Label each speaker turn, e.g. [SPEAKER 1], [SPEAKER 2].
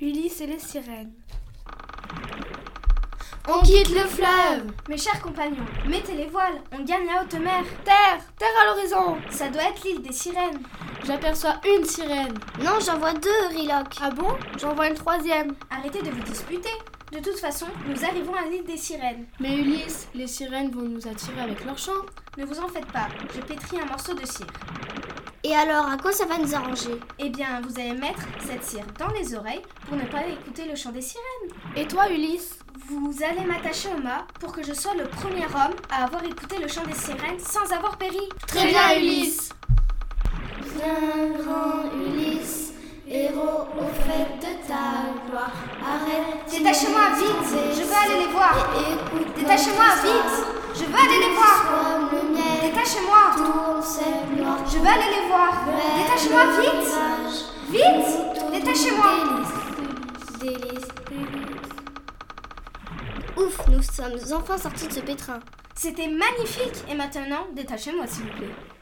[SPEAKER 1] Ulysse et les sirènes.
[SPEAKER 2] On quitte le fleuve
[SPEAKER 3] Mes chers compagnons, mettez les voiles, on gagne la haute mer.
[SPEAKER 1] Terre, terre à l'horizon.
[SPEAKER 3] Ça doit être l'île des sirènes.
[SPEAKER 2] J'aperçois une sirène.
[SPEAKER 4] Non, j'en vois deux, Riloc.
[SPEAKER 1] Ah bon J'en vois une troisième.
[SPEAKER 3] Arrêtez de vous disputer. De toute façon, nous arrivons à l'île des sirènes.
[SPEAKER 2] Mais Ulysse, les sirènes vont nous attirer avec leur chant.
[SPEAKER 3] Ne vous en faites pas, je pétris un morceau de cire.
[SPEAKER 4] Et alors, à quoi ça va nous arranger
[SPEAKER 3] Eh bien, vous allez mettre cette cire dans les oreilles pour ne pas écouter le chant des sirènes.
[SPEAKER 2] Et toi, Ulysse
[SPEAKER 3] Vous allez m'attacher au mât pour que je sois le premier homme à avoir écouté le chant des sirènes sans avoir péri.
[SPEAKER 2] Très bien, Ulysse
[SPEAKER 5] Viens, grand Ulysse, héros au fait de ta gloire. Arrête.
[SPEAKER 3] Détachez-moi vite, je veux aller les voir.
[SPEAKER 5] Écoute.
[SPEAKER 3] Détachez-moi vite, je veux aller les voir. Détachez-moi,
[SPEAKER 5] Tourne cette gloire.
[SPEAKER 3] je veux aller les voir. Détachez-moi vite, vite, détachez-moi.
[SPEAKER 4] Ouf, nous sommes enfin sortis de ce pétrin.
[SPEAKER 3] C'était magnifique et maintenant, détachez-moi s'il vous plaît.